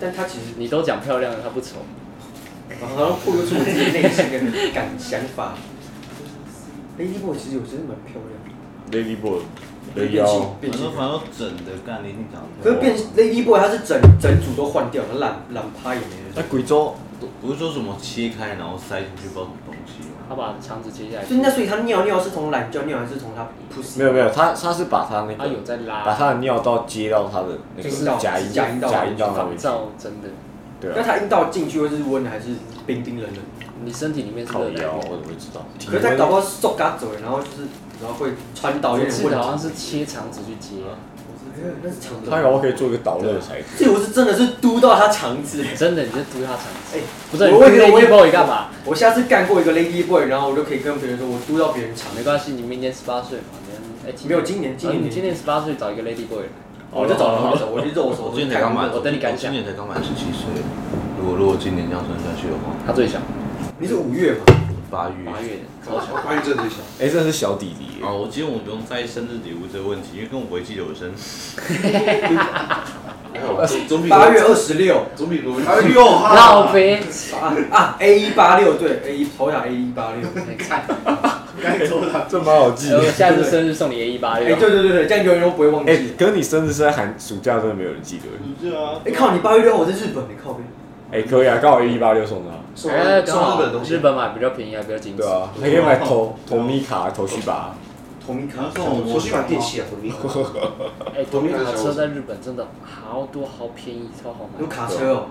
Speaker 3: 但她其实
Speaker 4: 你都讲漂亮了，她不丑，
Speaker 3: 好像暴露出我自己内心的感想法。Lady Boy 其实有真的蛮漂亮的，
Speaker 1: Lady Boy 的
Speaker 3: 变性
Speaker 1: 腰，
Speaker 3: 变
Speaker 5: 反
Speaker 3: 性
Speaker 5: 正。反正整的干林长
Speaker 3: 可是变 Lady Boy 他是整整组都换掉了，懒懒趴也没了。
Speaker 5: 贵州不是说什么切开然后塞进去不知道什么东西吗？
Speaker 4: 她把肠子切下来，
Speaker 3: 所以那所以他尿尿是从懒觉尿还是从他 pussy？
Speaker 1: 没有没有，他他是把他那
Speaker 4: 她有
Speaker 1: 个
Speaker 4: 在
Speaker 1: 把
Speaker 4: 拉，
Speaker 1: 他的尿道接到他的那
Speaker 3: 就是
Speaker 1: 个假阴
Speaker 3: 假阴道
Speaker 1: 假阴道那
Speaker 4: 仿
Speaker 1: 边去，
Speaker 4: 照真的，
Speaker 1: 对
Speaker 3: 那
Speaker 1: 啊，
Speaker 3: 他阴道进去会是温的还是冰冰冷冷？
Speaker 4: 你身体里面是
Speaker 1: 靠
Speaker 4: 热的
Speaker 1: 腰，，我怎么会知道？
Speaker 3: 可是他搞不好是瘦嘎嘴，然后就是然后会传导有
Speaker 4: 我
Speaker 3: 点
Speaker 4: 记
Speaker 3: 问
Speaker 4: 得好像
Speaker 3: 题。
Speaker 4: 是切肠子去接，
Speaker 3: 那是肠
Speaker 1: 他
Speaker 3: 子，
Speaker 1: 搞不好可以做一个导热的材质。
Speaker 3: 这我是真的是嘟到他肠子。
Speaker 4: 真的你在嘟她肠子，
Speaker 3: 哎
Speaker 4: 不是你
Speaker 3: 我
Speaker 4: 嘟
Speaker 3: 为了
Speaker 4: Lady
Speaker 3: 我也
Speaker 4: Boy 干嘛？
Speaker 3: 我下次干过一个 Lady Boy，然后我就可以跟别人说我嘟到别人肠
Speaker 4: 没
Speaker 3: 那
Speaker 4: 关系，你明年十八岁嘛，你哎，今
Speaker 3: 没有今年今年哦
Speaker 4: 哦你今年十八岁找一个 Lady Boy 来。
Speaker 3: 我就找了，我就找，我去肉手，
Speaker 5: 我今年才刚满，
Speaker 4: 我等你感想
Speaker 5: 我今年才刚满十七岁，如果如果今年这样算下去的话，
Speaker 4: 他最小，
Speaker 3: 你是五月嘛？
Speaker 5: 八月。
Speaker 4: 八月的。
Speaker 2: 我发现这最小。
Speaker 1: 哎、真的是小弟弟耶，
Speaker 5: 啊，我今天我不用在意生日礼物这个问题，因为根本不会记得我生日。
Speaker 2: 还好，哎总总比
Speaker 3: 八月二十六。
Speaker 2: 总比罗
Speaker 5: 哎呦，
Speaker 4: 老肥，
Speaker 3: 啊啊！A 一八六对，A 一头打 A 一八六。
Speaker 2: 该走了。
Speaker 1: 这蛮好记
Speaker 4: 呃
Speaker 1: 的。
Speaker 4: 我下次生日送你 A 一八
Speaker 3: 哎，
Speaker 4: 六
Speaker 3: 对。对对对，这样永远都不会忘
Speaker 1: 哎、
Speaker 3: 记。
Speaker 1: 可是你生日是在寒暑假，真的没有人记得。
Speaker 5: 是啊，
Speaker 3: 哎靠，你八月六号我在日本，你靠边。
Speaker 1: 哎、可以啊，刚好一八六送他。
Speaker 2: 送
Speaker 4: 哎，刚
Speaker 2: 送日
Speaker 4: 好
Speaker 2: 本的东西
Speaker 4: 日。本买比较便宜，还比较精致
Speaker 1: 对。啊，还可以买头头米卡、头须吧。
Speaker 3: 同一卡
Speaker 5: 能，送我
Speaker 2: 我去买电器啊，我明
Speaker 4: 哎，多米卡车在日本真的好多，好便宜，超好
Speaker 3: 有
Speaker 4: 买。
Speaker 3: 卡车哦。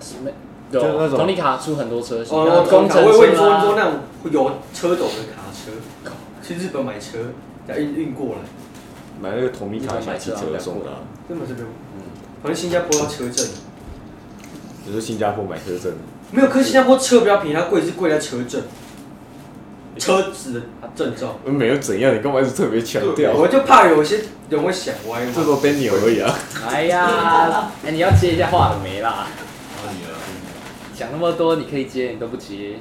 Speaker 4: 什么？
Speaker 1: 就是那
Speaker 4: 有
Speaker 1: 种
Speaker 4: 多米卡出很多车型，然
Speaker 3: 哦
Speaker 4: 后，工程
Speaker 3: 我以为你
Speaker 4: 车
Speaker 3: 说你说
Speaker 4: 啊。
Speaker 3: 那种有车斗的卡车，去日本买车，再运运过来，
Speaker 1: 买那个同米卡小汽车送的、啊，
Speaker 3: 根本是没有。好像新加坡要车证，
Speaker 1: 就是新加坡买车证，
Speaker 3: 没有，可是新加坡车比较便宜，它贵是贵在车证，车子的证照。
Speaker 1: 嗯没有怎样，你干嘛一直特别强调？
Speaker 3: 我就怕有些人会想歪嘛
Speaker 1: 这。都 Daniel 而已啊。
Speaker 4: 哎呀，哎，你要接一下话了没啦？
Speaker 5: 你了，
Speaker 4: 讲那么多，你可以接，你都不接。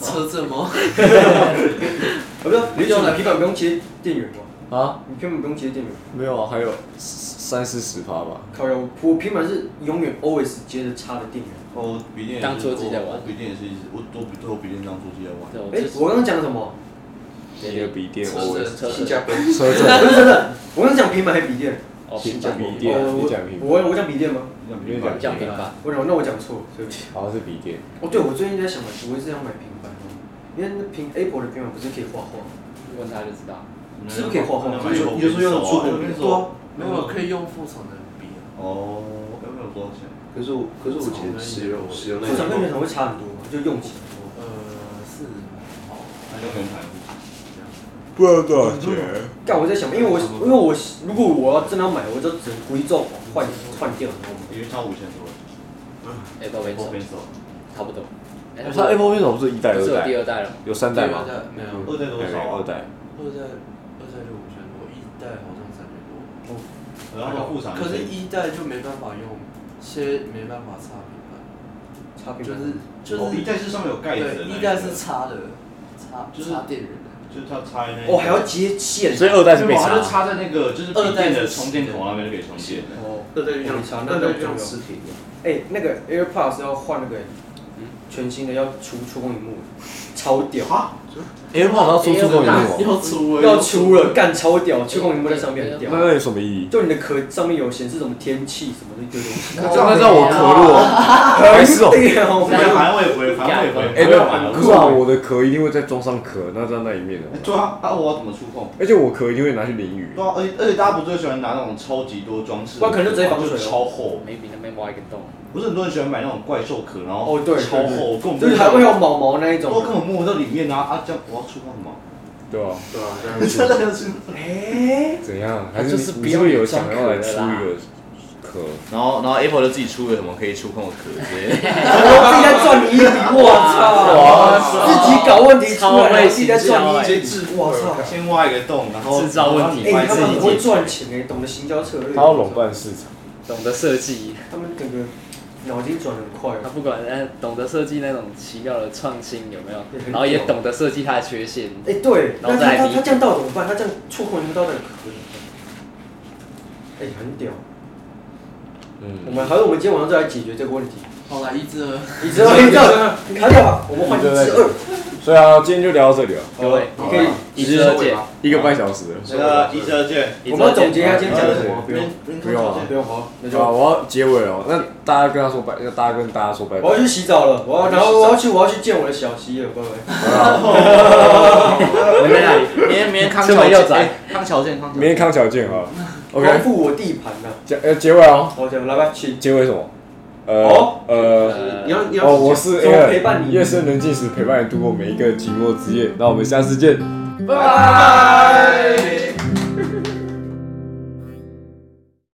Speaker 6: 车震吗？
Speaker 3: 我不是，你讲了，你本不用接店员吗？
Speaker 1: 啊，
Speaker 3: 你根本不用接店员。
Speaker 1: 没有啊，还有三四十趴吧。
Speaker 3: 靠呀，我我平板是永远 always 接着插的电源。
Speaker 5: 哦，我笔电也是
Speaker 4: 当桌机在玩
Speaker 5: 我笔电也是一直，我我笔我笔电当桌机在玩。
Speaker 4: 对，我
Speaker 3: 哎、
Speaker 4: 就是
Speaker 3: 我刚刚讲什么？
Speaker 1: 你的笔电，哦
Speaker 4: 车
Speaker 1: 我
Speaker 4: 子车
Speaker 2: 新
Speaker 4: 子
Speaker 2: 加坡
Speaker 1: 车证，
Speaker 3: 我刚刚讲平板还是笔电？
Speaker 4: 哦，
Speaker 1: 新
Speaker 4: 平
Speaker 1: 加
Speaker 4: 板
Speaker 1: 坡笔
Speaker 3: 哦
Speaker 1: 电，你
Speaker 3: 我
Speaker 1: 讲平板，
Speaker 3: 我我讲笔电吗？
Speaker 1: 你讲
Speaker 4: 讲
Speaker 1: 平
Speaker 4: 平板，
Speaker 3: 我讲，那我讲错，对不起。
Speaker 1: 好像是笔电。
Speaker 3: 哦，对，我最近在想买，我是想买平板哦，因为那平 Apple 的平板不是可以画画？
Speaker 4: 问他就知道。
Speaker 3: 是不是可以画画
Speaker 5: 嗯那
Speaker 2: 你就你就说用出国笔
Speaker 3: 对啊，
Speaker 6: 没有，可以用副厂的笔啊。
Speaker 5: 哦，要不要多少钱？
Speaker 2: 可是我可是我以前使用使用那
Speaker 3: 副厂跟原
Speaker 2: 个，
Speaker 3: 厂会差很多嘛，就用起来很多。
Speaker 6: 呃，是哦，
Speaker 5: 还用原盘。
Speaker 1: 不知道多少钱。
Speaker 3: 但我在想，因为我因为我如果我要真的要买，我就只能回照换换掉，然后买
Speaker 5: 因为差五千多了，
Speaker 4: 哎，都哦没
Speaker 5: 我
Speaker 4: 走，
Speaker 5: 没手，
Speaker 4: 差不多。哎
Speaker 1: 他 Apple 为什么不是一代
Speaker 4: 不
Speaker 1: 二
Speaker 4: 是有第
Speaker 1: 代？
Speaker 4: 二代了吗？
Speaker 1: 有三代吗？
Speaker 6: 没有，
Speaker 5: 二代多
Speaker 1: 没有
Speaker 5: 少
Speaker 1: 二
Speaker 5: 啊？
Speaker 1: 代。
Speaker 6: 二代二代就五千多，一代好像三千多。
Speaker 5: 然后副厂
Speaker 6: 可是，一代就没办法用，先没办法插平板，
Speaker 3: 插平
Speaker 6: 就
Speaker 3: 板。
Speaker 6: 是就
Speaker 5: 哦一
Speaker 6: 是
Speaker 5: 代是上面有盖子的那个，
Speaker 6: 对，一代是插的，插
Speaker 5: 就是
Speaker 6: 插电源的，
Speaker 5: 就是它插在那个，
Speaker 3: 哦，还要接线。
Speaker 1: 所以二代是被
Speaker 5: 没有啊
Speaker 1: 杀
Speaker 5: 它就。插在那个就是
Speaker 6: 二
Speaker 5: 笔
Speaker 6: 代
Speaker 5: 电
Speaker 6: 是
Speaker 5: 的充电口那边就可以充电的。
Speaker 3: 哦，
Speaker 2: 二代就像二代就像尸体一样。
Speaker 3: 哎、那个 AirPods 要换那个、全新的，要出触控屏幕，超屌。
Speaker 2: 啊，
Speaker 1: AirPods 要出出过有什
Speaker 4: 哎
Speaker 1: 么？
Speaker 6: 要出了，
Speaker 3: 要出了，干超屌，触控荧幕在上面很屌
Speaker 1: 那。那有什么意义？
Speaker 3: 就你的壳上面有显示什么天气什么的一堆东西，啊
Speaker 1: 那那让我
Speaker 4: 啊
Speaker 1: 壳落，白 痴哦。
Speaker 3: 屌
Speaker 5: 反正反正我也不会，反正我也不会。
Speaker 1: 哎，那可是啊，我的壳一定会再装上壳，那在那里面的，
Speaker 5: 对啊，啊，我要怎么触控？
Speaker 1: 而且我壳一定会拿去淋雨。
Speaker 5: 对啊，而且而且大家不最喜欢拿那种超级多装饰的，
Speaker 3: 不然可能就直接防水哦了
Speaker 5: 就超厚。
Speaker 4: 眉笔那边挖一个洞，
Speaker 5: 不是很多人喜欢买那种怪兽壳，然后
Speaker 3: 哦对对
Speaker 5: 超厚，根本
Speaker 3: 就是还会有毛毛那一
Speaker 5: 都
Speaker 3: 种。
Speaker 5: 根本摸不到里面啊啊！这样我要触碰 吗？
Speaker 1: 对啊，
Speaker 7: 对啊，
Speaker 5: 真的就是。
Speaker 1: 怎样？还
Speaker 4: 就是是
Speaker 1: 你
Speaker 4: 不
Speaker 1: 你
Speaker 4: 要
Speaker 1: 会有
Speaker 4: 有
Speaker 1: 想
Speaker 4: 装
Speaker 1: 要来
Speaker 4: 壳
Speaker 1: 出
Speaker 4: 啦
Speaker 1: 一个壳？
Speaker 5: 然后然后 Apple 就自己出了什么可以触控的壳之类 的，
Speaker 3: 然后自己在赚你一笔，我操！自己搞问题出来，然后自己在赚你一
Speaker 7: 直接
Speaker 3: 笔，
Speaker 7: 制服
Speaker 3: 我操！
Speaker 5: 先挖一个洞，然后
Speaker 4: 制造问题
Speaker 3: 哎，
Speaker 5: 然
Speaker 3: 他
Speaker 5: 后
Speaker 3: 们
Speaker 5: 你
Speaker 3: 很
Speaker 5: 自己
Speaker 3: 会
Speaker 5: 解决
Speaker 3: 赚钱哎，懂得行销策略。
Speaker 1: 它要垄断市场。
Speaker 4: 懂得设计，
Speaker 3: 他们整个脑筋转得很快哦
Speaker 4: 他。不管呃懂得设计那种奇妙的创新有没有
Speaker 3: 也很，
Speaker 4: 然后也
Speaker 3: 屌
Speaker 4: 懂得设计它的缺陷，
Speaker 3: 哎，对，
Speaker 4: 然
Speaker 3: 那
Speaker 4: 后
Speaker 3: 他
Speaker 4: 再来
Speaker 3: 他
Speaker 4: 理
Speaker 3: 他这样到底怎么办？他这样触控荧幕到底可不可以？哎，很屌。我
Speaker 1: 嗯，
Speaker 3: 们还有，我们今天晚上再来解决这个问题。
Speaker 6: 好啦，一只二，
Speaker 3: 你知道，你知道，你看到吧？我们换一只二，
Speaker 1: 所以啊，今天就聊到这里了，
Speaker 4: 各位
Speaker 3: 你可以。
Speaker 4: 一知二解，
Speaker 1: 一个半小时了。
Speaker 5: 那个一折券，
Speaker 4: 一
Speaker 3: 我们
Speaker 4: 知二
Speaker 3: 要总结一
Speaker 4: 解。
Speaker 3: 下今天讲的什么，不用，
Speaker 1: 不用啊，
Speaker 3: 不用，好，那就
Speaker 1: 对啊，。我要结尾了哦。那大家跟他说拜，大家跟大家说拜拜
Speaker 3: 我。要去洗澡了，我要，然后我要去，我要去见我的小溪了，拜拜。
Speaker 4: 我们在哪里？
Speaker 5: 明天明天康
Speaker 4: 这么
Speaker 5: 桥
Speaker 4: 幼
Speaker 5: 健，
Speaker 4: 稚
Speaker 5: 哎康桥健，康桥
Speaker 1: 明天康桥见 啊。
Speaker 3: 光
Speaker 1: OK，
Speaker 3: 复我地盘呐！
Speaker 1: 结呃结尾哦，
Speaker 3: 好，讲，来吧，请。
Speaker 1: 结尾什么？
Speaker 3: 哦
Speaker 1: 呃呃。
Speaker 4: 呃
Speaker 3: 你要，你要。
Speaker 1: 哦，我是
Speaker 3: 怎么陪伴
Speaker 1: Alan，
Speaker 3: 你？
Speaker 1: 夜深人静时陪伴你度过每一个寂寞之夜。那我们下次见。
Speaker 6: 拜拜。